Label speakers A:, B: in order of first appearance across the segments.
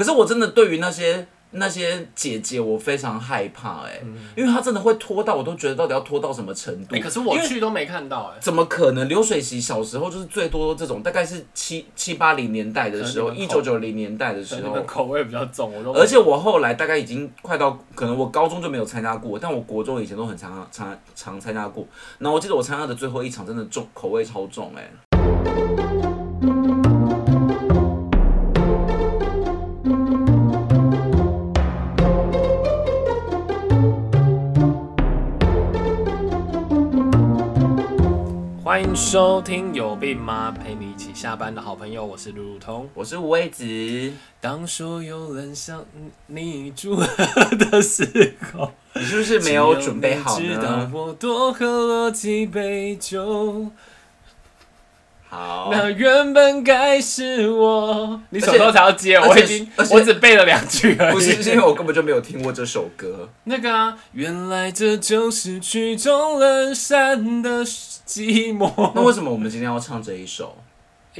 A: 可是我真的对于那些那些姐姐，我非常害怕哎、因为她真的会拖到，我都觉得到底要拖到什么程度。
B: 嗯哎、可是我
A: 因为
B: 去都没看到哎、
A: 怎么可能？流水席小时候就是最多这种，大概是七七八零年代的时候，
B: 可能
A: 一
B: 你们
A: 九
B: 口
A: 九零年代的
B: 可
A: 时
B: 能你
A: 候
B: 们。口味比较重，我都
A: 而且我后来大概已经快到，可能我高中就没有参加过，但我国中以前都很常常常参加过。然后我记得我参加的最后一场真的重口味超重哎、
B: 欢迎收听有病吗？陪你一起下班的好朋友，我是路路通。
A: 我是吴薇子，
B: 当所有人向你祝贺的时候，
A: 你是不是没有准备好
B: 只有你知道
A: 呢？
B: 我多喝了几杯酒，
A: 好，
B: 那原本该是我。你什么时候才要接？
A: 哦而
B: 我
A: 且
B: 已经
A: 而，且
B: 我只背了两句而已。
A: 不是，是因为我根本就没有听过这首歌。
B: 那个啊，原来这就是曲终人散的寂
A: 那
B: 寞。
A: 为什么我们今天要唱这一首？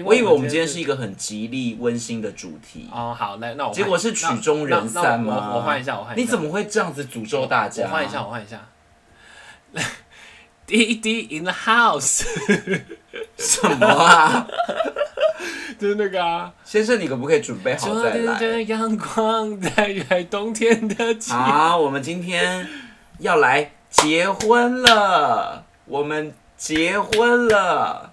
A: 我哦以为我们今天是一个很吉利温馨的主题，
B: 哦，好，那那我换
A: 结果是曲终人散
B: 那那那
A: 吗？
B: 我我换一下，我换一下。
A: 你怎么会这样子诅咒大家？
B: 我换一下，，我换一下。 滴滴 in the house，
A: 什么啊？
B: 就是那个啊。
A: 先生，你可不可以准备好
B: 昨
A: 再
B: 天
A: 来
B: 的阳光带来冬天的气。
A: 啊？我们今天要来结婚了，我们结婚 了。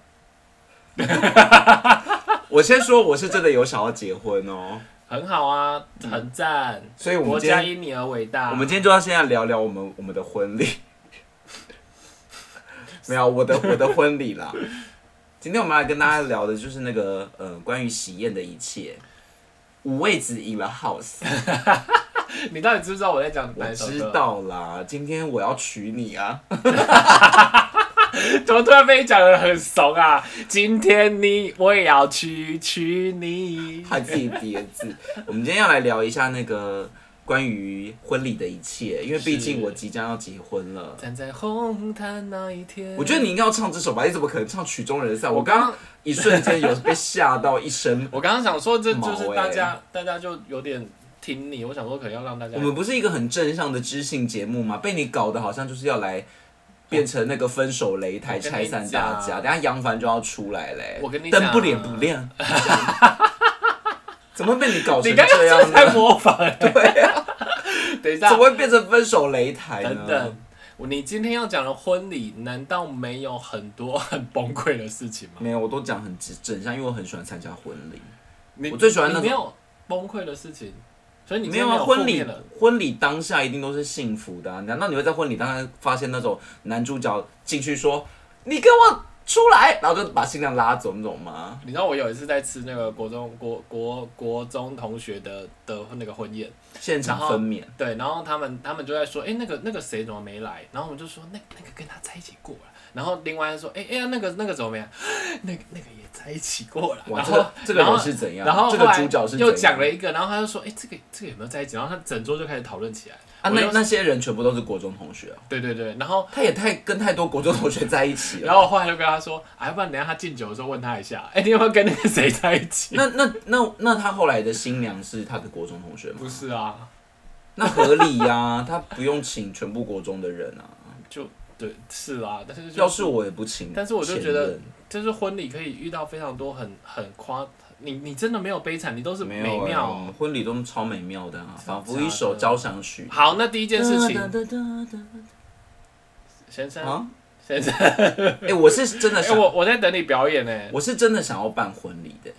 A: 我先说，我是真的有想要结婚哦。
B: 很好啊，很赞。
A: 嗯所以我们
B: 国
A: 今天
B: 家因你而伟大。
A: 我们今天就要现在聊聊我们我们的婚礼，没有我的我的婚礼啦。今天我们来跟大家聊的就是那个呃关于喜宴的一切。五味子赢了 house，
B: 你到底知不知道我在讲
A: 我
B: 哪一首歌？
A: 知。道啦。今天我要娶你啊！
B: 怎么突然被你讲的很怂啊？今天你我也要去娶你。
A: 他自己叠字。我们今天要来聊一下那个关于婚礼的一切，因为毕竟
B: 是
A: 我即将要结婚了。
B: 站在红毯那一天。
A: 我觉得你应该要唱这首吧？你怎么可能唱曲终人散？我
B: 我
A: 刚
B: 刚
A: 刚一瞬间有被吓到一身
B: 我刚刚想说，这就是
A: 毛欸
B: 大家、大家就有点听你，我想说可能要让大家
A: 我。们不是一个很正向的知性节目吗？被你搞得好像就是要来变成那个分手擂台，
B: 我跟你
A: 拆散大家。
B: 讲
A: 等一下杨凡就要出来嘞、
B: 我跟你讲
A: 灯不脸不 亮，怎么被你搞成
B: 你刚刚
A: 这样
B: 是在
A: 呢？
B: 模仿、欸？对啊。等一
A: 怎
B: 下
A: 么，会变成分手擂台呢？
B: 等等，你今天要讲的婚礼，难道没有很多很崩溃的事情吗？
A: 没有，我都讲很直正向，因为我很喜欢参加婚礼。
B: 你
A: 我最喜欢那种
B: 你没有崩溃的事情，所以你今
A: 没
B: 天
A: 有啊，
B: 负
A: 婚礼
B: 面了。
A: 婚礼当下一定都是幸福的、啊，难道你会在婚礼当下发现那种男主角进去说“你给我出来”，然后就把新娘拉走那种吗？
B: 你知道我有一次在吃那个国中国国国中同学的的那个婚宴，
A: 现场分娩，
B: 对，然后他们他们就在说，哎、那个那个谁怎么没来？然后我们就说，那那个跟他在一起过了。然后另外说，哎、哎、呀，那个那个怎么没来？那个那个也在一起过了。
A: 哇，
B: 然
A: 这
B: 后
A: 个这个
B: 然
A: 人
B: 后
A: 是怎样？
B: 然后
A: 这个
B: 后来
A: 主角是怎样
B: 又讲了一个，然后他就说，哎、这个这个有没有在一起？然后他整桌就开始讨论起来。
A: 啊，
B: 我
A: 那
B: 就
A: 那些人全部都是国中同学啊，
B: 对对对，然后
A: 他也太跟太多国中同学在一起了。
B: 然后我后来就跟他说，哎、要不然等一下他敬酒的时候问他一下，哎、你有没有跟那个谁在一起？
A: 那那那那他后来的新娘是他的国中同学吗？
B: 不是啊，
A: 那合理呀、他不用请全部国中的人 啊。
B: 就对是啦、但是就
A: 要是我也不请前任，
B: 但是我就觉得就是婚礼可以遇到非常多很很夸，你你真的没有悲惨，你都是
A: 没
B: 美
A: 有
B: 妙。
A: 啊婚礼都超美妙的、啊，仿佛
B: 假的
A: 一首交响曲。
B: 好，那第一件事情，
A: 情
B: 先生，
A: 啊，
B: 先生，
A: 哎、我是真的
B: 哎、
A: 想，
B: 我我在等你表演呢、
A: 我是真的想要办婚礼的、欸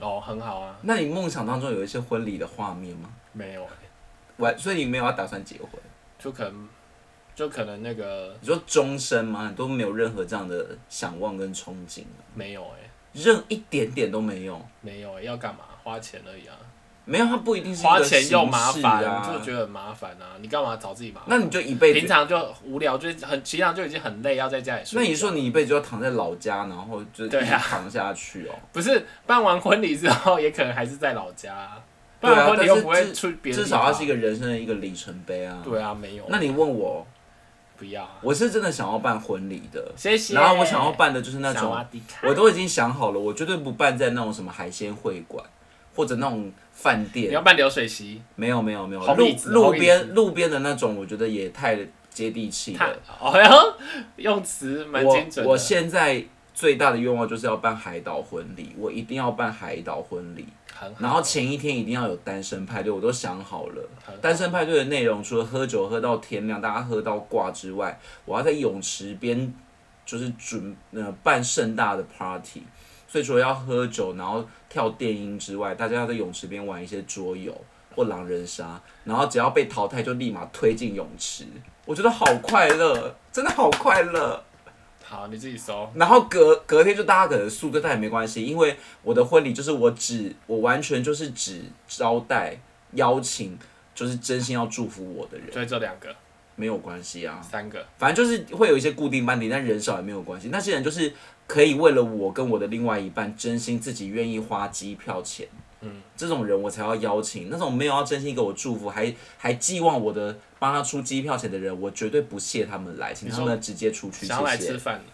B: 哦，很好啊，
A: 那你梦想当中有一些婚礼的画面吗？
B: 没有欸、
A: 我所以你没有要打算结婚？
B: 就可能就可能那个
A: 你说终身吗？你都没有任何这样的想望跟憧憬吗，
B: 没有哎、
A: 任一点点都没有。
B: 没有哎、要干嘛？花钱而已啊，
A: 没有，它不一定是一个
B: 花钱又麻
A: 形式
B: 烦，
A: 啊。
B: 就觉得很麻烦啊。你干嘛找自己麻烦？
A: 那你就一辈
B: 平
A: 子，
B: 常就无聊，就很平常就已经很累，要在家里睡
A: 那
B: 觉。
A: 你说你一辈子就要躺在老家，然后就一直
B: 对啊
A: 躺下去哦。
B: 不是办完婚礼之后，也可能还是在老家、啊，
A: 对
B: 办
A: 啊
B: 完婚礼又不
A: 但
B: 会
A: 是
B: 出别的
A: 至
B: 地
A: 少
B: 方
A: 它是一个人生的一个里程碑啊。
B: 对啊，没有，
A: 那你问我，
B: 不要、啊，
A: 我是真的想要办婚礼的，
B: 谢谢。啊
A: 然后我想要办的就是那
B: 萨
A: 种
B: 瓦迪卡
A: 我都已经想好了，我绝对不办在那种什么海鲜会馆，或者那种饭
B: 你
A: 店
B: 要，办流水席，
A: 没有没有没有，
B: 好
A: 路
B: 例子好
A: 路
B: 例子
A: 边路边的那种，我觉得也太接地气
B: 看
A: 了。，
B: 哦哟，用词蛮精准
A: 我我
B: 的。
A: 现在最大的愿望就是要办海岛婚礼，我一定要办海岛婚礼。
B: 很
A: 然
B: 好，
A: 后前一天一定要有单身派对，我都想好了
B: 很好。
A: 单身派对的内容除了喝酒喝到天亮，大家喝到挂之外，我要在泳池边就是准呃办盛大的 party。所以除了要喝酒，然后跳电音之外，大家要在泳池边玩一些桌游或狼人杀，然后只要被淘汰就立马推进泳池。我觉得好快乐，真的好快乐。
B: 好，你自己搜。
A: 然后隔隔天就大家可能宿醉，但也没关系，因为我的婚礼就是我只我完全就是只招待邀请，就是真心要祝福我的人，
B: 就这两个、
A: 没有关系啊。
B: 三个，
A: 反正就是会有一些固定班底，但人少也没有关系。那些人就是可以为了我跟我的另外一半，真心自己愿意花机票钱，嗯，这种人我才要邀请。那种没有要真心给我祝福，还还寄望我的帮他出机票钱的人，我绝对不屑他们来，请他们直接出去。
B: 想要来
A: 谢谢
B: 吃饭了，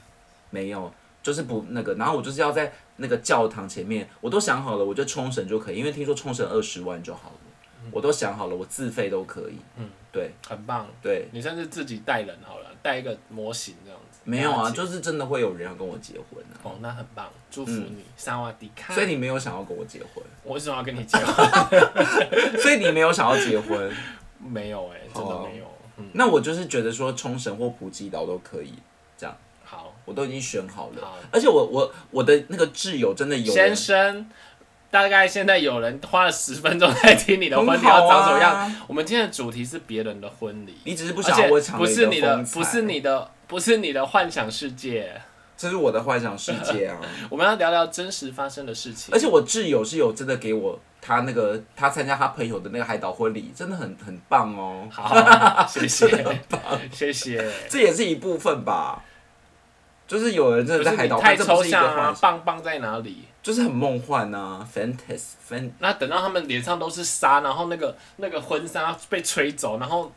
A: 没有，就是不那个，然后我就是要在那个教堂前面，我都想好了，我就冲绳就可以，因为听说冲绳二十万就好了，
B: 嗯
A: 我都想好了，我自费都可以。嗯，对
B: 很棒。
A: 对，
B: 你甚至自己带人好了，带一个模型这样子。
A: 没有啊，
B: 了解
A: 就是真的会有人要跟我结婚啊，
B: 哦，那很棒，祝福你，萨瓦迪卡。
A: 嗯所以你没有想要跟我结婚，
B: 我为什么要跟你结婚？
A: 所以你没有想要结婚，
B: 没有哎、
A: 哦
B: 真的没有。嗯，
A: 那我就是觉得说冲绳或普吉岛都可以，
B: 好，
A: 我都已经选好了，
B: 好，
A: 而且我我我的那个挚友真的有人
B: 先生，大概现在有人花了十分钟在听你的
A: 很
B: 婚礼
A: 好
B: 要长
A: 啊
B: 什么样。我们今天的主题是别人的婚礼，
A: 你只是不
B: 而
A: 想要我
B: 且
A: 抢
B: 不
A: 了
B: 是
A: 你
B: 你的，
A: 风
B: 不
A: 采，
B: 是你的，不是你的幻想世界。
A: 这是我的幻想世界 啊。
B: 我们要聊聊真实发生的事 情
A: 而。且我挚友是有真的给我他那个他参加他朋友的那个海岛婚礼，真的很很棒哦。
B: 好，谢谢，谢谢。
A: 这也是一部分吧，就是有人真
B: 不
A: 的在
B: 是
A: 海
B: 你
A: 岛办，
B: 太
A: 这
B: 抽
A: 不是一
B: 象
A: 个
B: 啊
A: 幻，想，
B: 棒棒在哪里？
A: 就是很梦幻啊，fantasy fan
B: 那等到他们脸上都是沙，然后那个那个婚纱被吹走，然后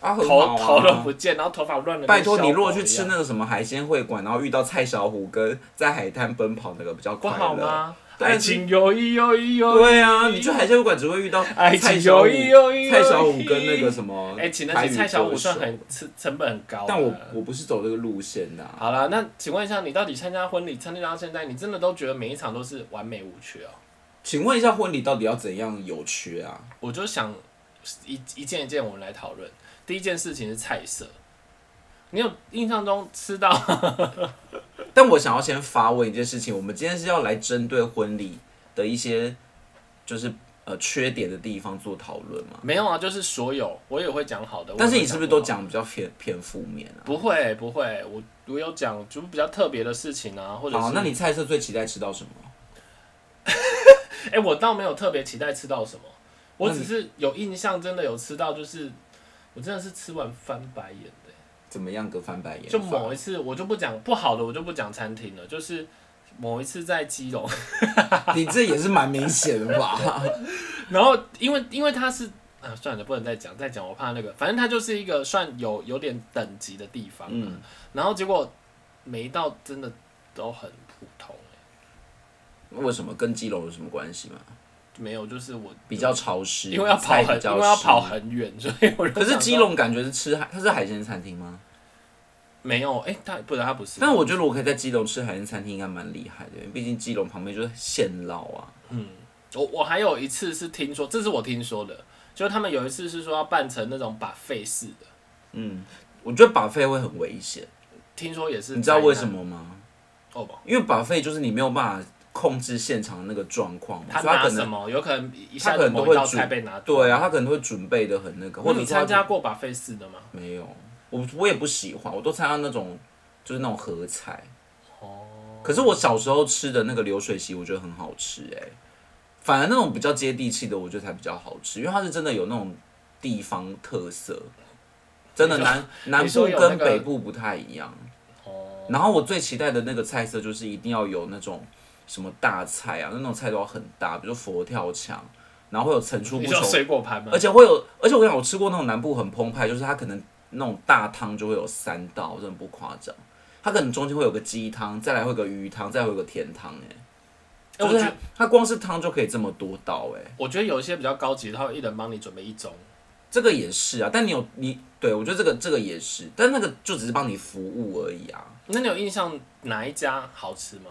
A: 啊，很
B: 头、
A: 好啊
B: 头都不见，然后头发乱了。
A: 拜托你，如果去吃
B: 那
A: 那个什么海鲜会馆，然后遇到蔡小虎跟在海滩奔跑那个比较
B: 不
A: 快
B: 好
A: 乐。
B: 吗？
A: 但是
B: 爱情有意有意有意，
A: 对啊，你去海鲜会馆只会遇到
B: 爱
A: 蔡
B: 情
A: 小虎
B: 有哎意、有意，
A: 蔡小虎跟那个什么
B: 哎，请那
A: 台
B: 些
A: 语
B: 蔡小虎
A: 歌
B: 算
A: 手
B: 很成成本很高的。
A: 但我我不是走这个路线的啊、
B: 好了，那请问一下，你到底参加婚礼参加到现在，你真的都觉得每一场都是完美无缺哦？
A: 请问一下，婚礼到底要怎样有趣啊？
B: 我就想一一件一件我们来讨论。第一件事情是菜色，你有印象中吃到
A: 但我想要先发问一件事情，我们今天是要来针对婚礼的一些就是呃缺点的地方做讨论嘛？
B: 没有啊？就是所有我也会讲好的，
A: 但是
B: 我也
A: 你
B: 会
A: 是不是都
B: 好的？
A: 讲比较偏偏负面啊？
B: 不会不会，我我有讲就是比较特别的事情啊，或者
A: 好，
B: 是
A: 那你菜色最期待吃到什么？
B: 哎、我倒没有特别期待吃到什么，我
A: 那你
B: 只是有印象真的有吃到，就是我真的是吃完翻白眼的、
A: 怎么样个翻白眼？
B: 就某一次我就不讲不好的，我就不讲餐厅了，就是某一次在基隆。
A: 你这也是蛮明显的吧？
B: 然后因为因为他是啊，算了，不能再讲，再讲我怕那个，反正他就是一个算有有点等级的地方，
A: 嗯，
B: 然后结果每一道真的都很普通、欸
A: 为什么跟基隆有什么关系吗？
B: 没有，就是我
A: 比较潮湿，
B: 因为要跑
A: 菜
B: 很
A: 比较
B: 因为要
A: 湿
B: 跑。很远， 所以我就
A: 可是
B: 想
A: 基
B: 说
A: 隆感觉是吃海，它是海鲜餐厅吗？
B: 没有，哎、他不是他不是，
A: 但我觉得我可以在基隆吃海鲜餐厅应该蛮厉害的，因为毕竟基隆旁边就是现捞啊。
B: 我我还有一次是听说，这是我听说的，就是他们有一次是说要办成那种把费式的，
A: 嗯，我觉得把费会很危险，
B: 听说也是
A: 你知道为什
B: 么？
A: 么吗？
B: 哦，
A: 因为把费就是你没有办法控制现场那个状况嘛，
B: 他
A: 所以他
B: 拿
A: 可
B: 什
A: 能
B: 么？有可能一下
A: 他可
B: 子
A: 能都
B: 某一
A: 会
B: 道
A: 煮
B: 菜被拿走。
A: 对啊，他可能会准备的很那个，或
B: 那
A: 者
B: 你
A: 是他
B: 参加过把费式的吗？
A: 没有，我我也不喜欢，我都参加那种就是那种合菜。
B: 哦，
A: 可是我小时候吃的那个流水席，我觉得很好吃哎、反而那种比较接地气的，我觉得才比较好吃，因为它是真的有那种地方特色，真的
B: 你说
A: 南南
B: 你
A: 部
B: 说有那
A: 跟
B: 个
A: 北部不太一样。
B: 哦，
A: 然后我最期待的那个菜色就是一定要有那种什么大菜啊，那种菜都要很大，比如说佛跳墙，然后会有层出
B: 你
A: 不
B: 说
A: 穷，
B: 水果盘吗
A: 而？且会有，而且我跟你讲，我吃过那种南部很澎湃，就是它可能那种大汤就会有三道，真的不夸张。它可能中间会有个鸡汤，再来会有个鱼汤，再会有个甜汤，哎，
B: 哎、
A: 就
B: 我
A: 是
B: 觉
A: 它
B: 得
A: 它光是汤就可以这么多道哎、
B: 我觉得有一些比较高级的，他会一人帮你准备一盅。
A: 这个也是啊。但你有你对我觉得这个这个也是，但那个就只是帮你服务而已啊。
B: 那你有印象哪一家好吃吗？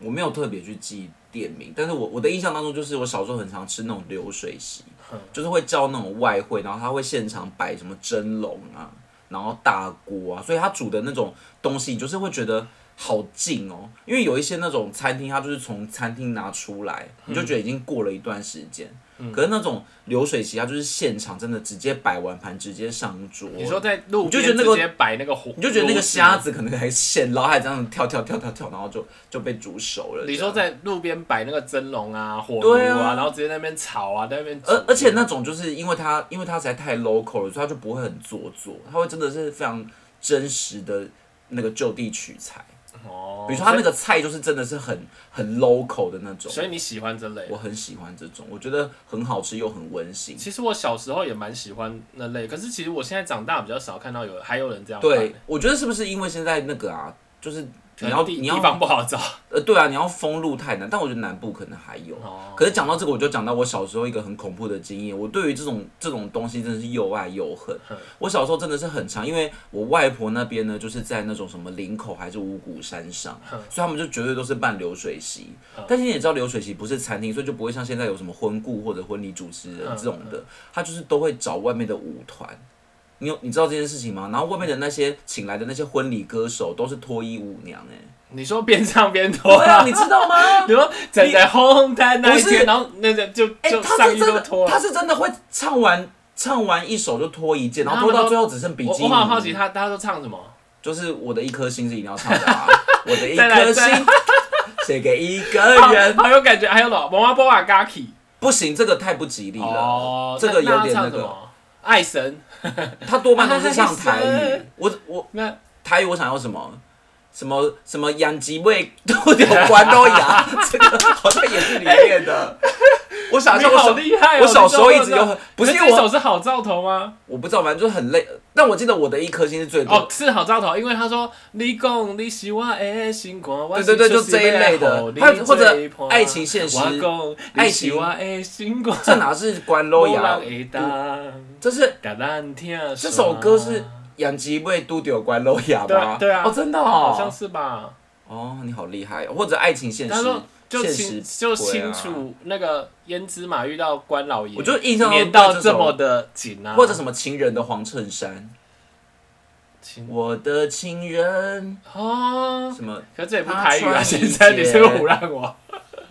A: 我没有特别去记店名，但是我我的印象当中就是我小时候很常吃那种流水席，
B: 嗯
A: 就是会叫那种外汇，然后他会现场摆什么蒸笼啊，然后大锅啊，所以他煮的那种东西，你就是会觉得好近哦，因为有一些那种餐厅，它就是从餐厅拿出来，你就觉得已经过了一段时间。
B: 嗯
A: 可是那种流水席，它就是现场真的直接摆完盘，直接上桌。
B: 你说在路
A: 你就觉
B: 边
A: 得那
B: 直
A: 个
B: 接摆那个火，
A: 你就觉得那个
B: 炉子
A: 虾子可能还现捞，还这样跳跳跳跳跳，然后就就被煮熟了。
B: 你
A: 这样
B: 说在路边摆那个蒸笼啊、火炉
A: 对
B: 啊，
A: 啊
B: 然后直接在那边炒啊，在那边煮
A: 而而且那种就是因为它因为它实在太 local 了，所以它就不会很做作，它会真的是非常真实的那个就地取材。
B: 哦，
A: 比如说它那个菜就是真的是很很 local 的那种，
B: 所以你喜欢这类
A: 我。很喜欢这种，我觉得很好吃又很温馨。
B: 其实我小时候也蛮喜欢那类，可是其实我现在长大比较少看到有还有人这样办
A: 对，，我觉得是不是因为现在那个啊，就是
B: 可
A: 你
B: 能
A: 要
B: 地
A: 你
B: 地
A: 要
B: 方不好找，
A: 呃对啊，你要封路太难，但我觉得南部可能还有。
B: 哦，
A: 可是讲到这个，我就讲到我小时候一个很恐怖的经验。我对于这种这种东西真的是又爱又恨。我小时候真的是很长，因为我外婆那边呢，就是在那种什么林口还是五谷山上，所以他们就绝对都是办流水席。但是你也知道，流水席不是餐厅，所以就不会像现在有什么婚顾或者婚礼主持人这种的，他就是都会找外面的舞团。你有你知道这件事情吗？然后外面的那些请来的那些婚礼歌手都是脱衣舞娘哎、
B: 你说边唱边脱
A: 对啊，你知道吗？
B: 你说站在红毯那一
A: 不是
B: 天，然后那个就
A: 哎、
B: 就
A: 他
B: 上
A: 是
B: 衣
A: 真
B: 都
A: 的，
B: 脱
A: 他
B: 了。
A: 是真的会唱完唱完一首就脱一件，然
B: 然
A: 后
B: 后
A: 脱
B: 他
A: 到
B: 们都
A: 最后只剩比
B: 我
A: 基
B: 我
A: 尼。
B: 蛮好奇他他都唱什么？
A: 就是我的一颗心是一定要唱的、啊，我的一
B: 再来
A: 颗
B: 再来
A: 心写给一个
B: 好
A: 人。
B: 好有感觉，还有老王阿波瓦嘎 k
A: 不行，这个太不吉利了，
B: 哦，
A: 这个
B: 那
A: 有
B: 那
A: 点
B: 唱
A: 那
B: 什
A: 个。
B: 么？爱神
A: 他多半都是唱台
B: 爱
A: 语
B: 神。
A: 我我
B: 那
A: 台语我想要什么？什么什么养鸡喂都有关都 牙，这个好像也是里面的。我想
B: 你
A: 就我
B: 好
A: 小
B: 厉害哦！
A: 我小时候一直
B: 你知道
A: 有
B: 吗
A: 很，不是因
B: 可
A: 为
B: 这
A: 我
B: 首是好兆头吗？
A: 我不知道，反正就是很累。但我记得我的一颗心是最多
B: 哦，是好兆头，因为他说你讲你是我的心肝，我
A: 对
B: 是
A: 对对，就
B: 出
A: 这一类
B: 来
A: 的
B: 乎，你
A: 还有或者
B: 最伴
A: 爱情现实，
B: 我讲你是我的心肝，
A: 这哪是关
B: 无
A: 洛雅？
B: 人会当
A: 这是
B: 甲咱听说。
A: 这首歌是养鸡喂都丢关洛雅
B: 对
A: 吗？
B: 啊对啊
A: 哦，真的
B: 好像
A: 哦，
B: 是吧？
A: 哦，你好厉害哦，或者爱情现
B: 他
A: 实
B: 说。就
A: 现
B: 清
A: 实
B: 就
A: 对啊
B: 清楚那个胭脂马遇到关老爷，
A: 我就印象中
B: 黏到
A: 对这
B: 这
A: 首
B: 么的紧啊，
A: 或者什么情人的黄衬衫，我的情人
B: 哦，
A: 什么？
B: 可这也不台语啊，
A: 他穿
B: 先
A: 一
B: 生，你是不是
A: 截
B: 胡乱我？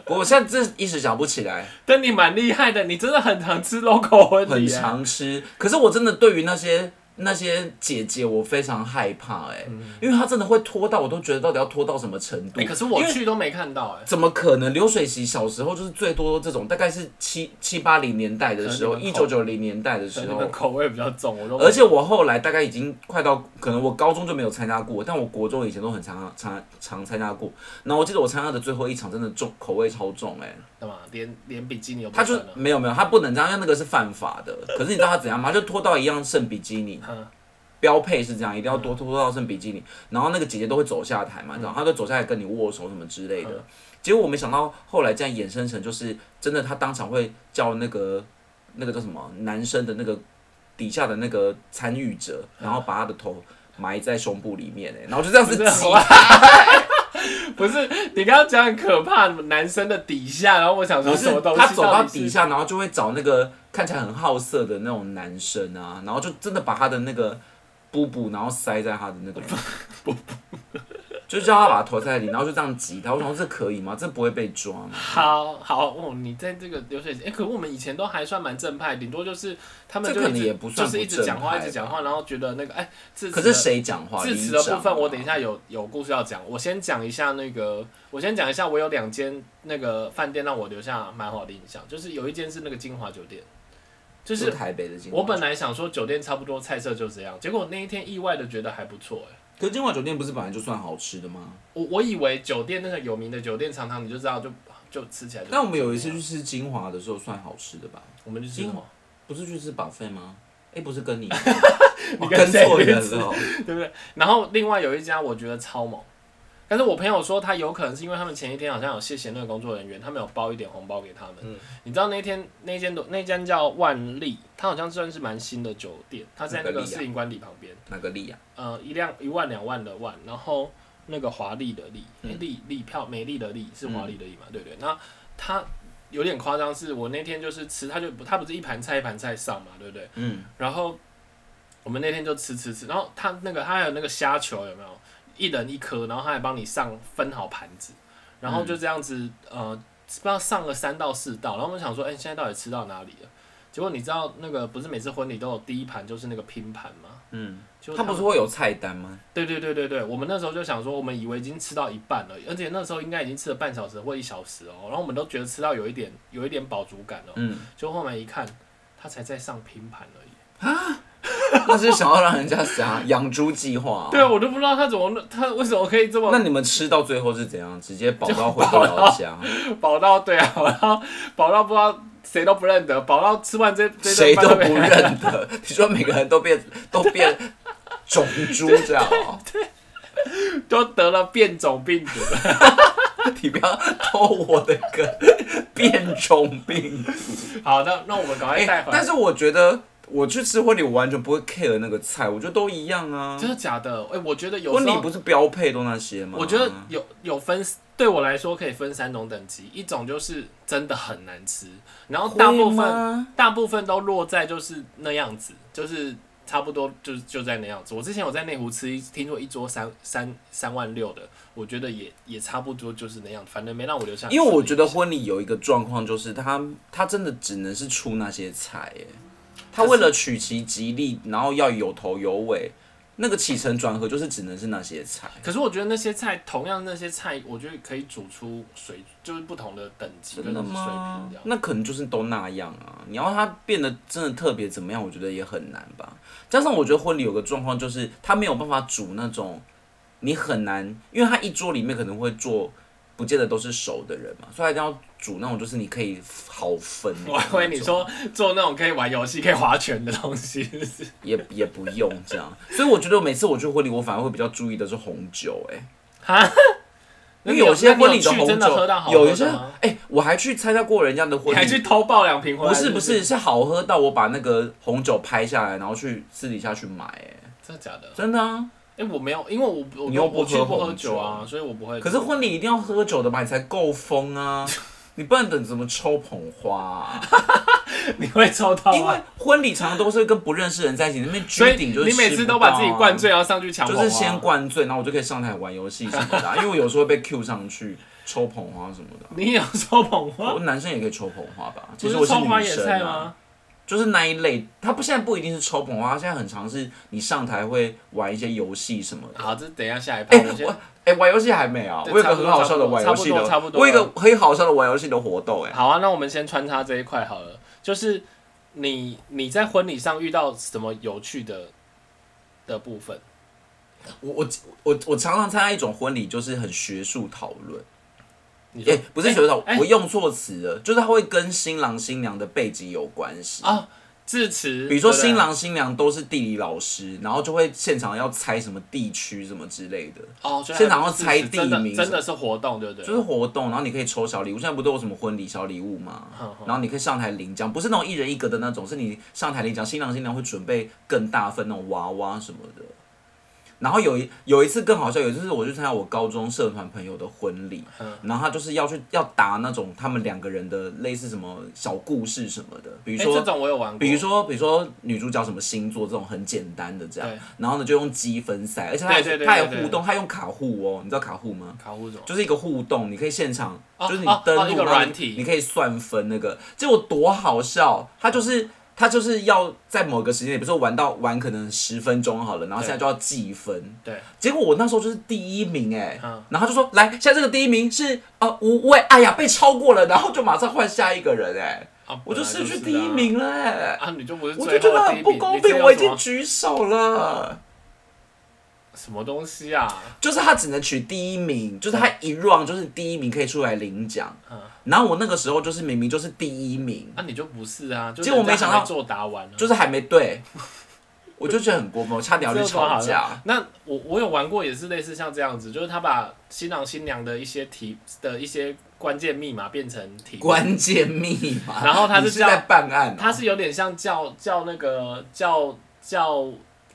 A: 不我现在这一时想不起来，
B: 但你蛮厉害的，你真的很常吃 local 婚
A: 很
B: 礼、啊，
A: 常吃。可是我真的对于那些那些姐姐，我非常害怕哎、因为她真的会拖到，我都觉得到底要拖到什么程度。
B: 嗯哎、可是我
A: 因为
B: 去都没看到哎、
A: 怎么可能？流水席小时候就是最多这种，大概是七七八零年代的时候，
B: 可能
A: 一
B: 你们
A: 九
B: 口
A: 九零年代的
B: 可
A: 时
B: 能你们
A: 候。
B: 口味比较重，我都
A: 而且我后来大概已经快到，可能我高中就没有参加过，但我国中以前都很常常常参加过。然后我记得我参加的最后一场真的重口味超重哎、
B: 干嘛连连比基尼都不
A: 他就
B: 穿了，
A: 没有没有，他不能这样，因为那个是犯法的。可是你知道他怎样吗？他就脱到一样剩比基尼
B: 嗯，
A: 标配是这样，一定要多脱到剩比基尼。然后那个姐姐都会走下台嘛，你
B: 嗯
A: 知道，她就走下来跟你握手什么之类的。结果我没想到后来这样衍生成，就是真的，他当场会叫那个那个叫什么男生的那个底下的那个参与者，
B: 嗯
A: 然后把他的头埋在胸部里面、欸，然后就这样子
B: 不是
A: 挤
B: 我 不是你刚刚讲很可怕，男生的底下，然后我想
A: 不
B: 说
A: 是
B: 什么东西，
A: 他走到
B: 底
A: 底
B: 是，
A: 下，然后就会找那个看起来很好色的那种男生啊，然后就真的把他的那个布布，然后塞在他的那个 布布，就叫他把头塞在里，然后就这样挤他。我想说这可以吗？这不会被抓吗？
B: 好 好哦，你在这个流水席，哎、可我们以前都还算蛮正派，顶多就是他们
A: 这
B: 就
A: 可
B: 一
A: 能
B: 直
A: 也不
B: 就
A: 算
B: 是一
A: 不
B: 直
A: 正
B: 讲话，
A: 派
B: 一直讲
A: 吧
B: 话，然后觉得那个哎，这
A: 可是谁讲话？
B: 致
A: 里
B: 辞的
A: 长
B: 部分，我等一
A: 啊。
B: 下有有故事要讲。我先讲一下那个，我先讲一下，我有两间那个饭店让我留下蛮好的印象，就是有一间是那个金华酒店，就
A: 就是
B: 是
A: 台北的金华，
B: 我本来想说酒店差不多菜色就这样，结果那一天意外的觉得还不错哎、
A: 可是金华酒店不是本来就算好吃的吗？
B: 我我以为酒店那个有名的酒店，常常你就知道就就吃起来就。
A: 但我们有一次去吃金华的时候算好吃的吧？
B: 我们就吃什么，
A: 不是去吃 buffet 吗？哎、不是跟 你，我
B: 跟谁
A: 错
B: 去
A: 人
B: 吃
A: 了哦。
B: 对不对？然后另外有一家我觉得超猛，但是我朋友说他有可能是因为他们前一天好像有谢谢那个工作人员，他们有包一点红包给他们。你知道那天那间那间叫万丽，它好像算是蛮新的酒店，它在
A: 哪
B: 那
A: 个
B: 个
A: 丽啊
B: 市营管理旁边。
A: 那个力啊？
B: 呃，一辆一万两万的万，然后那个华丽的丽，诶丽丽票美丽的丽是华丽的丽嘛，对不对？那它有点夸张，是我那天就是吃，它就不它不是一盘菜一盘菜上嘛，对不对？
A: 嗯，
B: 然后我们那天就吃吃吃，然后它那个它还有那个虾球有没有？一人一颗，然后他还帮你上分好盘子，然后就这样子，呃，不知道上了三到四道，然后我们想说，哎、现在到底吃到哪里了？结果你知道那个不是每次婚礼都有第一盘就是那个拼盘吗？
A: 嗯，
B: 就
A: 他
B: 他
A: 不
B: 们
A: 是会有菜单吗？
B: 对对对对对，我们那时候就想说，我们以为已经吃到一半了，而且那时候应该已经吃了半小时或一小时哦，然后我们都觉得吃到有一点有一点饱足感哦，
A: 嗯，
B: 就后面一看，他才在上拼盘而已。
A: 那是想要让人家啥养猪计划、哦
B: 对啊，我都不知道他怎么他为什么可以这
A: 那
B: 么
A: 你们吃到最后是怎样？直接饱到回不了 家，
B: 饱到对啊，饱到饱到不知道谁都不认得，饱到吃完这这顿
A: 谁
B: 饭
A: 都
B: 没
A: 不 认得。 你说每个人都变都变种 猪这样、哦，
B: 都得了变种病毒。
A: 你不要偷我的梗，变种病。
B: 好，那那我们赶快
A: 哎、
B: 带回来。
A: 但是我觉得我去吃婚礼，我完全不会 care 那个菜，我觉得都一样啊。
B: 真的假的？哎、我觉得有
A: 婚
B: 时
A: 礼
B: 候
A: 不是啊标配都那些吗？
B: 我觉得有有分，对我来说可以分三种等级，一种就是真的很难吃，然后大部
A: 会
B: 分
A: 吗
B: 大部分都落在就是那样子，就是差不多就就在那样子。我之前有在内湖吃一，听说一桌三三三万六的，我觉得也也差不多就是那样，反正没让我留下。
A: 因为我觉得婚礼有一个状况，就是他他真的只能是出那些菜，哎，他为了取其吉利，然后要有头有尾，那个起承转合就是只能是那些菜。
B: 可是我觉得那些菜，同样那些菜，我觉得可以煮出水，就是不同的等级跟
A: 真
B: 水
A: 的
B: 平
A: 吗
B: 这样？。
A: 那可能就是都那样啊。你要他变得真的特别怎么样，我觉得也很难吧。加上我觉得婚礼有个状况就是，他没有办法煮那种你很难，因为他一桌里面可能会做，不见得都是熟的人嘛，所以他一定要煮那种就是你可以好分的那种。
B: 我还以为你说做那种可以玩游戏、可以划拳的东西，是不是？
A: 也也不用这样，所以我觉得每次我去婚礼，我反而会比较注意的是红酒、哎，
B: 哈，
A: 因为有些婚礼
B: 那你有去
A: 红
B: 真
A: 酒
B: 的喝到好，喝
A: 有一些
B: 的吗，
A: 哎、我还去参加过人家的
B: 你
A: 婚
B: 还
A: 礼，
B: 去偷爆两瓶回来？
A: 不是不是，是好喝到我把那个红酒拍下来，然后去私底下去买、哎，
B: 真的假的？
A: 真的啊。
B: 哎，我没有，因为我我
A: 你又不
B: 我去
A: 喝
B: 不喝
A: 红
B: 酒啊，所以我不会。
A: 可是婚礼一定要喝酒的吧，你才够疯 啊！你不然等怎么抽捧花、啊？
B: 你会抽到
A: 因为
B: 啊，
A: 婚礼常常都是跟不认识的人在一起，那边
B: 所
A: 居
B: 以
A: 顶就是、
B: 你每次都
A: 啊
B: 把自己灌。醉，然后上去抢，啊
A: 就是先。灌醉，然后我就可以上台玩游戏什么的啊、因为我有时候会被 Q 上去抽捧花什么的啊。
B: 你也有抽捧花
A: 我，男生也可以抽捧花吧？其
B: 啊不
A: 实我
B: 抽花
A: 女
B: 野
A: 生、
B: 菜
A: 啊，
B: 吗？
A: 就是那一类。他不现在不一定是抽捧花，它现在很常是你上台会玩一些游戏什么的。
B: 好，这等一下下一
A: 哎、
B: 趴，我先
A: 我哎、玩游戏还没啊？
B: 对
A: 我有个很好笑的玩游戏的，
B: 差不多差不多差不多
A: 我有一个很好笑的玩游戏的活动哎、
B: 好啊，那我们先穿插这一块好了，就是你你在婚礼上遇到什么有趣的的部分？
A: 我我我我常常参加一种婚礼，就是很学术讨论。
B: 你
A: 哎、
B: 说
A: 不是学术讨论，
B: 哎哎
A: 我用错词了，就是它会跟新郎新娘的背景有关系。
B: 啊，致辞，
A: 比如说
B: 对不对
A: 新郎新娘都是地理老师，然后就会现场要猜什么地区什么之类的，
B: 哦，所以
A: 现场
B: 还
A: 要
B: 不是
A: 猜
B: 是
A: 地
B: 真的
A: 名
B: 真的是活动，对不对？
A: 就是活动，然后你可以抽小礼物。现在不都有什么婚礼小礼物 吗
B: 嗯哼？
A: 然后你可以上台领奖，不是那种一人一个的那种，是你上台领奖，新郎新娘会准备更大份那种娃娃什么的。然后有一有一次更好笑，有一次是我去参加我高中社团朋友的婚礼，
B: 嗯
A: 然后他就是要去要答那种他们两个人的类似什么小故事什么的，比如
B: 哎、
A: 说
B: 这种我有玩过，
A: 比如说，比如说女主角什么星座这种很简单的这样
B: 对，
A: 然后呢就用积分赛，而且它
B: 对对对
A: 它有
B: 对对
A: 互动，它用卡户哦，你知道卡户吗？
B: 卡户种，
A: 就是一个互动，你可以现场，
B: 哦
A: 就是你
B: 哦
A: 登
B: 哦一
A: 录
B: 个
A: 然后
B: 软
A: 你
B: 体
A: 你可以算分那个，结果多好笑，它就是。它就是要在某个时间，比如说玩到玩可能十分钟好了，然后
B: 对
A: 现在就要计分。
B: 对，
A: 结果我那时候就是第一名哎、
B: 嗯
A: 然后他就说来，现在这个第一名是呃无畏，哎呀被超过了，然后就马上换下一个人哎、
B: 啊，
A: 我就
B: 本来
A: 失去
B: 是
A: 第一
B: 啊
A: 名了哎、
B: 啊，你就不是
A: 我
B: 最
A: 就
B: 后
A: 觉得
B: 的第一
A: 很不
B: 名
A: 公
B: 你这
A: 平，
B: 有
A: 我已
B: 什
A: 经
B: 么
A: 举手了，
B: 什么东西啊？
A: 就是他只能取第一名，就是
B: 嗯
A: 他一 round 就是第一名可以出来领奖，然后我那个时候就是明明就是第一名，
B: 啊，你就不是啊，就
A: 结果
B: 人家
A: 没想
B: 还没
A: 到
B: 作答完了、
A: 就是还没对，我就觉得很过分，我差点要去吵
B: 这个
A: 架。
B: 那我我有玩过，也是类似像这样子，就是他把新郎新娘的一些题的一些关键密码变成题目，
A: 关键密码，
B: 然后他
A: 你
B: 是
A: 是
B: 叫
A: 在办案哦、
B: 它是有点像叫叫那个叫叫，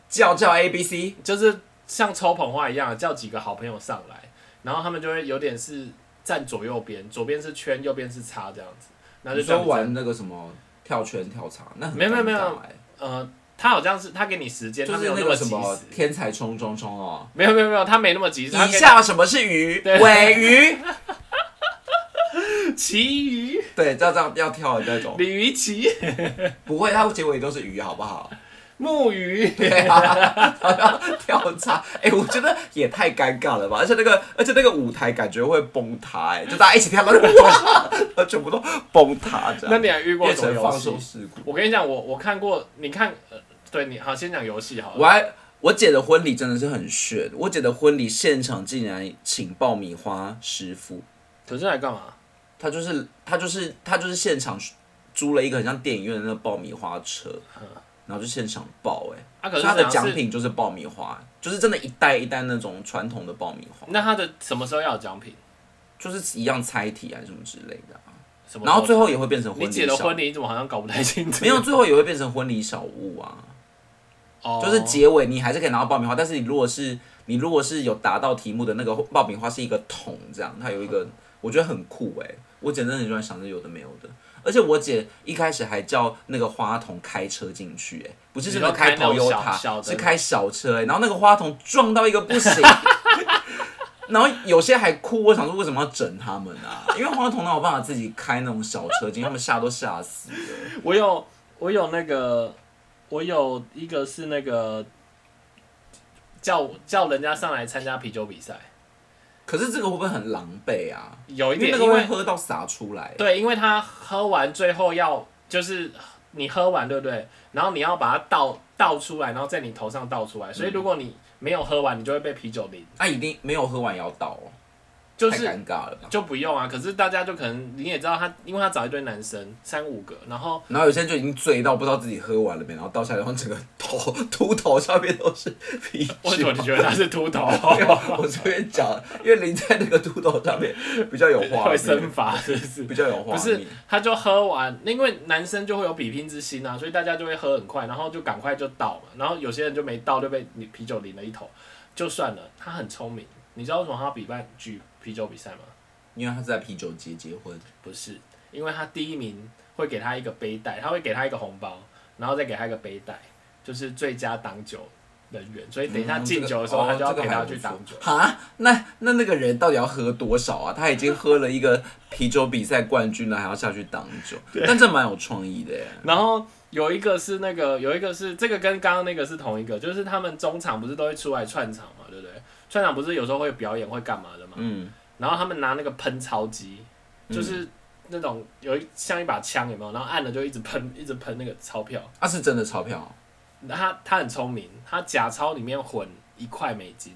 A: 叫叫 A B C，
B: 就是像抽捧花一样，叫几个好朋友上来，然后他们就会有点是站左右边，左边是圈，右边是叉这样子，然后
A: 你
B: 就这样
A: 说
B: 子
A: 玩那个什么跳圈跳闸，那很
B: 没有没有
A: 尴
B: 没有
A: 尬欸
B: 呃，他好像是他给你时间，
A: 就
B: 他没
A: 是
B: 有
A: 那
B: 么
A: 个
B: 及
A: 什么
B: 时。
A: 天才冲冲冲哦。
B: 没有没有没有，他没那么及时。他
A: 以
B: 给
A: 下什么是鱼？
B: 对
A: 尾鱼。
B: 你哦其余
A: 对，照这样要跳的那种。
B: 鲤鱼 鳍、
A: 不会，它结尾都是鱼，好不好？
B: 木鱼，
A: 对啊，然后要跳叉。哎、我觉得也太尴尬了吧！而且那个，而且那个舞台感觉会崩塌、哎，就大家一起跳，然后就 然后全部都崩塌这
B: 那
A: 样，
B: 你还遇过
A: 变
B: 什么
A: 成
B: 游
A: 放
B: 戏
A: 手？事故。
B: 我跟你讲，我我看过，你看，呃、对你好，先讲游戏好
A: 我
B: 了。
A: 还我姐的婚礼真的是很炫，我姐的婚礼现场竟然请爆米花师傅，
B: 可是来干嘛？
A: 他就是他就是他就是现场租了一个很像电影院的那个爆米花车，
B: 嗯
A: 然后就现场爆哎、
B: 啊，
A: 所
B: 可是
A: 以它的
B: 好像
A: 奖
B: 是，
A: 品就是爆米花，就是真的一袋一袋那种传统的爆米花，
B: 那他的什么时候要有奖品？
A: 就是一样猜题啊什么之类的啊、
B: 什么时
A: 然
B: 候？
A: 后最后也会变成婚
B: 你
A: 礼
B: 姐的
A: 小，
B: 婚礼，你怎么好像搞不太清楚？
A: 没 有，最后也会变成婚礼小物啊，
B: 哦，
A: 就是结尾你还是可以拿到爆米花，但是你如果是你如果是有达到题目的那个爆米花是一个桶这样，它有一个我觉得很酷哎、我姐真的很喜欢想着有的没有的。而且我姐一开始还叫那个花童开车进去、哎，不是真的
B: 你说开那种小
A: Toyota，
B: 小的
A: 是开小车、哎，然后那个花童撞到一个不 行，然后有些还哭，我想说为什么要整他们啊？因为花童哪有办法自己开那种小车进，他们吓都吓死了。
B: 我有我有那个，我有一个是那个叫叫人家上来参加啤酒比赛，
A: 可是这个会不会很狼狈啊？
B: 有一
A: 因为
B: 点，
A: 那
B: 因
A: 个会
B: 为
A: 喝到洒出来、
B: 对，因为他喝完最后要就是你喝完对不对？然后你要把它倒倒出来，然后在你头上倒出来，所
A: 嗯
B: 以如果你没有喝完，你就会被啤酒淋，
A: 啊，一定没有喝完也要倒哦，
B: 就
A: 太
B: 是
A: 尴尬了吧。
B: 就不用啊。可是大家就可能你也知道他，因为他找一堆男生三五个，然后
A: 然后有些人就已经醉到不知道自己喝完了没，然后倒下来，然后整个头秃头下面都是啤酒。
B: 为什么你觉得他是秃 头？
A: 没有我这边讲，因为淋在那个秃头上面比较有画
B: 会
A: 面
B: 生，发是不是？
A: 比较有画
B: 不
A: 面。
B: 是，他就喝完，因为男生就会有比拼之心啊，所以大家就会喝很快，然后就赶快就倒嘛，然后有些人就没倒，就被你啤酒淋了一头，就算了。他很聪明，你知道为什么他比办举啤酒比赛吗？
A: 因为他是在啤酒节结婚，
B: 不是，因为他第一名会给他一个背带，他会给他一个红包，然后再给他一个背带，就是最佳挡酒人员，所以等一下
A: 嗯
B: 敬酒的时候，他就要陪他去挡酒。
A: 哈，那那那个人到底要喝多少啊？他已经喝了一个啤酒比赛冠军了，还要下去挡酒，但这蛮有创意的耶。
B: 然后有一个是那个，有一个是这个跟刚刚那个是同一个，就是他们中场不是都会出来串场嘛，对不对？串场不是有时候会表演会干嘛的嘛？
A: 嗯，
B: 然后他们拿那个喷钞机，就是那种有一像一把枪有没有？然后按了就一直喷，一直喷那个钞票。
A: 啊，是真的钞票
B: 他他很聪明，他假钞里面混一块美金，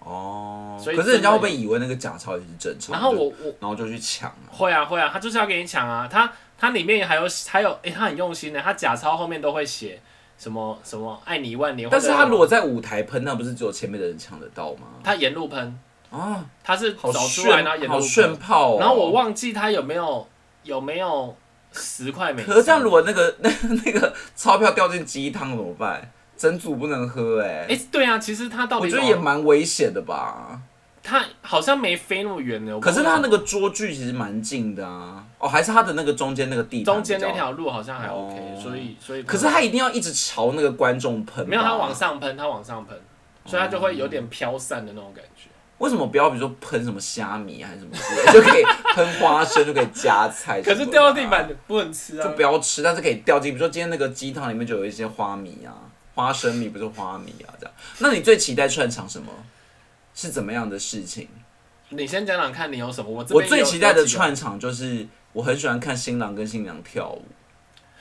A: 哦。
B: 所以
A: 可是人家会
B: 真的有
A: 不会以为那个假钞也是真钞？
B: 然后
A: 就
B: 我我
A: 然后就去抢。
B: 会啊会啊，他就是要给你抢啊，他他里面还有还有，诶、他很用心的，他假钞后面都会写什么什么爱你一万年，
A: 但是
B: 或者
A: 他如果在舞台喷，那不是只有前面的人抢得到吗？
B: 他沿路喷，
A: 啊，
B: 他是
A: 好
B: 走出来
A: 炫
B: 然后，沿
A: 好
B: 路
A: 炫
B: 喷，
A: 炮哦！
B: 然后我忘记他有没有有没有十块美金。
A: 可是这样，如果那个那那个钞票掉进鸡汤怎么办？整组不能喝哎、
B: 哎、对啊，其实他到底
A: 我觉得
B: 怎
A: 也
B: 么
A: 蛮危险的吧。
B: 他好像没飞那么远的，我不
A: 可
B: 知
A: 是
B: 道
A: 他那个桌距其实蛮近的啊。哦，还是他的那个中间那个地板
B: 中间
A: 比较
B: 那。条路好像还 OK，、
A: 哦
B: 所以所以
A: 可是他一定要一直朝那个观众喷吧。
B: 没有他往上喷，他往上喷，所以他就会有点飘散的那种感觉。
A: 为什么不要比如说喷什么虾米还是什么之类的，就 可以喷花生，就可以加菜。
B: 可是掉到地。板不能吃
A: 啊就
B: 啊
A: 不。要吃，但是可以掉进，比如说今天那个鸡汤里面就有一些花米啊、花生米，不是花米啊这样。那你最期待串场什么？是怎么样的事情？
B: 你先讲讲看你有什么，我这
A: 我
B: 边有
A: 最期待的
B: 有几个
A: 串场就是，我很喜欢看新郎跟新娘跳舞。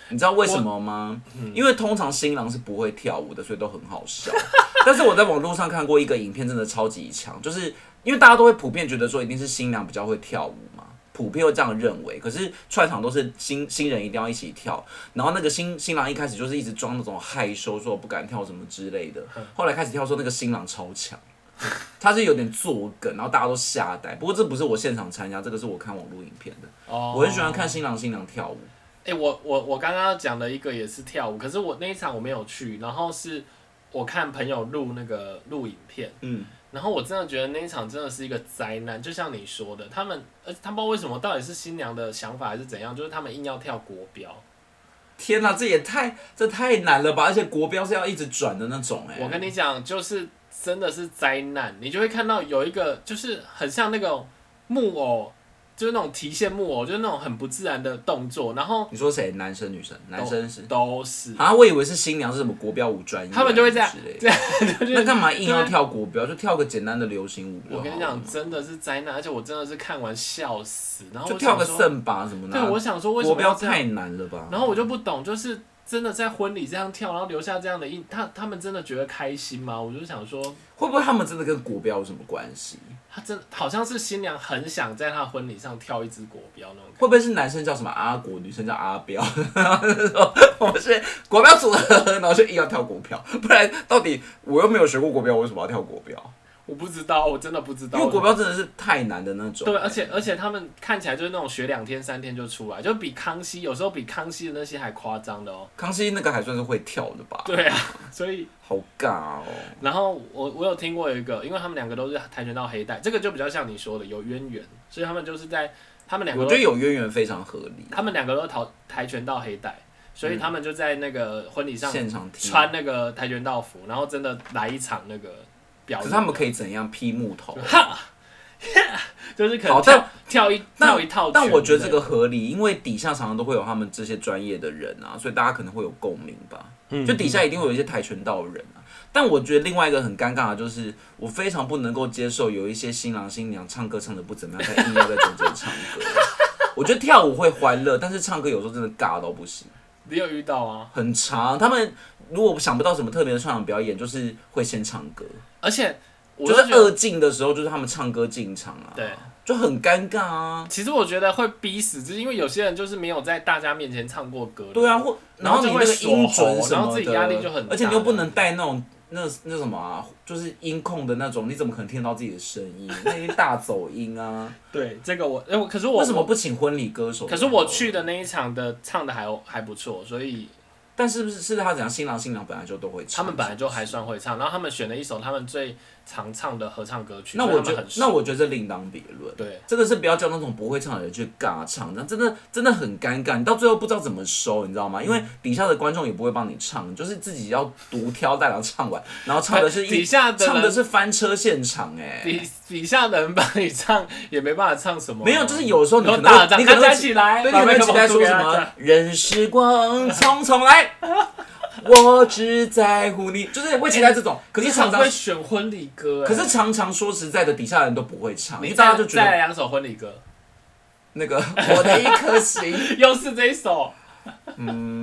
A: 你知道为什么吗？
B: 嗯
A: 因为通常新郎是不会跳舞的，所以都很好笑。 但是我在网络上看过一个影片，真的超级强，就是因为大家都会普遍觉得说一定是新娘比较会跳舞嘛，普遍会这样认为。可是串场都是新新人一定要一起跳，然后那个新新郎一开始就是一直装那种害羞，说我不敢跳什么之类的。
B: 嗯
A: 后来开始跳的时候，那个新郎超强，他是有点作梗，然后大家都吓呆。不过这不是我现场参加，这个是我看网络影片的。
B: 哦，
A: 我很喜欢看新郎新娘跳舞。
B: 哎、我我我刚刚讲的一个也是跳舞，可是我那一场我没有去，然后是我看朋友录那个录影片，
A: 嗯，
B: 然后我真的觉得那一场真的是一个灾难，就像你说的，他们呃，他们不知道为什么，到底是新娘的想法还是怎样，就是他们硬要跳国标。
A: 天哪、这也太这太难了吧！而且国标是要一直转的那种哎、
B: 我跟你讲，就是真的是灾难，你就会看到有一个就是很像那种木偶，就是那种提线木偶，就是那种很不自然的动作，然后
A: 你说谁？男生女生？男生是
B: 都是
A: 啊，我以为是新娘是什么国标舞专业，啊
B: 他们就会这样
A: 之类的。
B: 这样，就是
A: 那干嘛硬要跳国标？就跳个简单的流行舞就好了啊
B: 我跟你讲，，真的是灾难，而且我真的是看完笑死。然后
A: 就
B: 我
A: 跳
B: 想
A: 个
B: 说，
A: 圣把什么的
B: 对，
A: 啊。
B: 我想说为什
A: 国
B: 么
A: 标
B: 要这样？
A: 太难了吧？
B: 然后我就不懂，就是真的在婚礼这样跳，然后留下这样的印，他他们真的觉得开心吗？我就想说，
A: 会不会他们真的跟国标有什么关系？
B: 他真好像是新娘很想在她婚礼上跳一支国标那种感觉。
A: 会不会是男生叫什么阿国，女生叫阿彪？ 然后就说我们是国标组合，然后就硬要跳国标，不然到底我又没有学过国标，我为什么要跳国标？
B: 我不知道，我真的不知道。
A: 因为国标真的是太难的那种。
B: 对，而且而且他们看起来就是那种学两天三天就出来，就比康熙有时候比康熙的那些还夸张的哦。
A: 康熙那个还算是会跳的吧？
B: 对啊， 所以
A: 好尬哦。
B: 然后我我有听过有一个，因为他们两个都是跆拳道黑带，这个就比较像你说的有渊源，所以他们就是在他们两
A: 我
B: 个
A: 觉得
B: 都
A: 有渊源非常合理。
B: 他们两个都跆跆拳道黑带，所以他们就在那个
A: 嗯
B: 婚礼上
A: 现场踢，
B: 穿那个跆拳道服，然后真的来一场那个表
A: 可
B: 演，
A: 是他们可以怎样劈木头？
B: 就是可
A: 好
B: 能跳跳一
A: 但
B: 跳一套
A: 但
B: 拳
A: 哦我觉得
B: 之
A: 这
B: 类
A: 个合理，因为底下常常都会有他们这些专业的人啊，所以大家可能会有共鸣吧。
B: 嗯
A: 就底下一定会有一些跆拳道人啊。但我觉得另外一个很尴尬的就是，我非常不能够接受有一些新郎新娘唱歌唱的不怎么样，但硬要在中间唱 歌。我觉得跳舞会欢乐，但是唱歌有时候真的尬到不行，
B: 你有遇到啊？
A: 很长。他们如果想不到什么特别的串场表演，就是会先唱歌，
B: 而且我
A: 就
B: 就觉
A: 是
B: 得，
A: 二进的时候，就是他们唱歌进场啊，
B: 对，
A: 就很尴尬啊。
B: 其实我觉得会逼死，就是因为有些人就是没有在大家面前唱过歌的，
A: 对啊，或
B: 然
A: 然后
B: 后
A: 你
B: 就
A: 那
B: 会
A: 个音准
B: 锁喉
A: 什
B: 然
A: 么
B: 后自己
A: 的，
B: 压力就很大
A: 而且你又不能带那种那那什么啊，就是音控的那种，你怎么可能听得到自己的声音？那些大走音啊，
B: 对这个我，哎 我可是我
A: 为什么不请婚礼歌手？
B: 可是我，去的那一场的唱的还还不错，所以
A: 但是不是是他怎样？新郎新娘本来就都会唱，
B: 他们本来就还算会唱，然后他们选了一首他们最常唱的合唱歌曲，
A: 那
B: 所以
A: 我
B: 他
A: 觉
B: 们
A: 得
B: 很
A: 那
B: 熟。
A: 我觉得这另当别论。
B: 对，
A: 真的是不要叫那种不会唱的人去尬唱，那真的真的很尴尬，你到最后不知道怎么收，你知道
B: 嗯
A: 吗？因为底下的观众也不会帮你唱，就是自己要独挑大梁唱完，然后唱的是一
B: 底下的人
A: 唱的是翻车现场、哎，
B: 底底下的人帮你唱也没办法唱什么啊，
A: 没有，就是有时候你
B: 都
A: 可能
B: 大
A: 会
B: 家
A: 你可
B: 大
A: 能
B: 家
A: 会
B: 起来，
A: 对，你
B: 把
A: 可
B: 麦
A: 能
B: 克
A: 期
B: 风
A: 待
B: 输
A: 说
B: 给
A: 什
B: 他
A: 么
B: 唱？
A: 任时光匆匆来，我只在乎你，就是会期待这种。可
B: 你
A: 是常
B: 很
A: 常
B: 会，选婚礼歌，哎
A: 可是常常说实在的，底下的人都不会唱，因
B: 你
A: 为大家
B: 再
A: 就觉
B: 再来
A: 得
B: 两首婚礼歌，
A: 那个我的一颗心，
B: 又是这一首，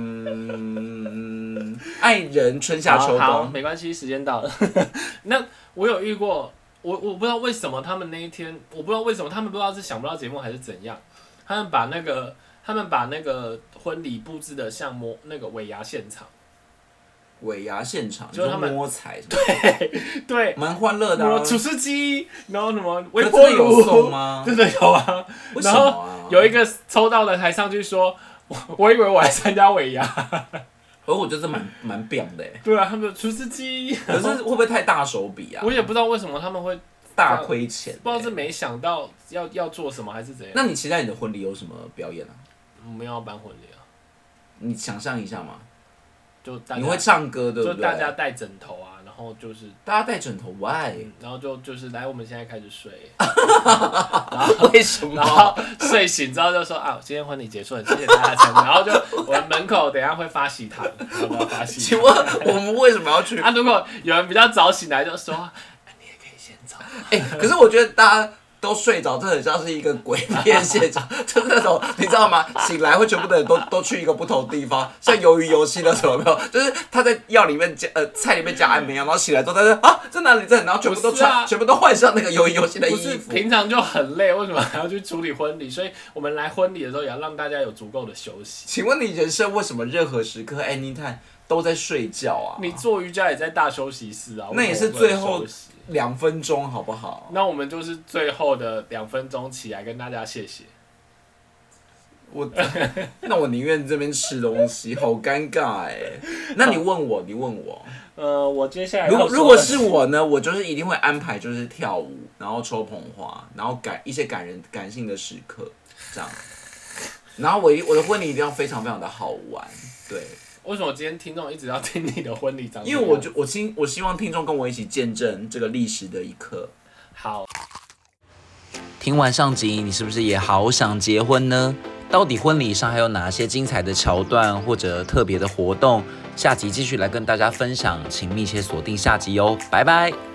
A: 嗯，爱人春夏秋
B: 好好，
A: 冬，
B: 没关系，时间到了。 那我有遇过，我我不知道为什么他们那一天，我不知道为什么他们不知道是想不到节目还是怎样，他们把那个他们把那个婚礼布置的像模那个尾牙 现场，
A: 尾牙现场，
B: 就是他们
A: 你说摸彩什么的，
B: 对，
A: 蛮欢乐的啊
B: 我。厨师机，然后什么
A: 可
B: 微
A: 是
B: 波
A: 真的有送
B: 炉，
A: 吗？哦
B: 真的有啊，
A: 为什
B: 然
A: 么
B: 后
A: 啊？
B: 有一个抽到的还上去说， 我我以为我来参加 尾牙，
A: 而我觉得这蛮蛮表的欸，
B: 对啊，他们说厨师机，
A: 可是会不会太大手笔啊？
B: 我也不知道为什么他们会不
A: 大亏钱欸，
B: 知道是没想到要要做什么还是怎样，
A: 那你期待你的婚礼有什么表演啊？
B: 我们要办婚礼啊。
A: 你想象一下嘛，
B: 就大家
A: 你会唱歌对不
B: 就
A: 对？
B: 大家带枕头啊，然后就是，
A: 大家带枕头，why？
B: 嗯然后就就是来，我们现在开始 睡，
A: 为什
B: 然？后睡醒之后就说啊，今天婚礼结束了，谢谢大家参加，然后就我们门口等一下会发喜糖，然后发喜
A: 请
B: 糖。
A: 问我们为什么要去？
B: 啊，如果有人比较早醒来，就说、啊、你也可以先走。
A: 哎、可是我觉得大家都睡着，这很像是一个鬼片现 场，就那种你知道吗？醒来会全部的人都都去一个不同地方，像鱿鱼游戏那种有没有？就是他在药里面加呃菜里面加安眠药，然后醒来之后他说啊在哪里在哪里，然后全部都
B: 不是啊
A: 穿、全部都换上那个鱿鱼游戏的衣
B: 不是
A: 服。
B: 平常就很累，为什么还要去处理婚礼？所以我们来婚礼的时候，也要让大家有足够的休息。
A: 请问你人生为什么任何时刻 anytime 都在睡觉啊？
B: 你做瑜伽也在大休息室啊，
A: 那也是
B: 为什么
A: 最
B: 不能
A: 后
B: 休息
A: 两分钟好不好？
B: 那我们就是最后的两分钟起来跟大家谢谢。
A: 我那我宁愿这边吃东西，好尴尬哎、那你问我，你问我。
B: 呃，我接下来
A: 如
B: 要
A: 果
B: 说
A: 如果
B: 的
A: 是我呢，我就是一定会安排就是跳舞，然后抽捧花，然后感一些感人感性的时刻，这样。然后我一我的婚礼一定要非常非常的好玩，对，
B: 为什么今天听众一直要听你的婚礼长怎
A: 因
B: 样？
A: 为我就我希我希望听众跟我一起见证这个历史的一刻。
B: 好，
C: 听完上集，你是不是也好想结婚呢？到底婚礼上还有哪些精彩的桥段或者特别的活动？下集继续来跟大家分享，请密切锁定下集哦，拜拜。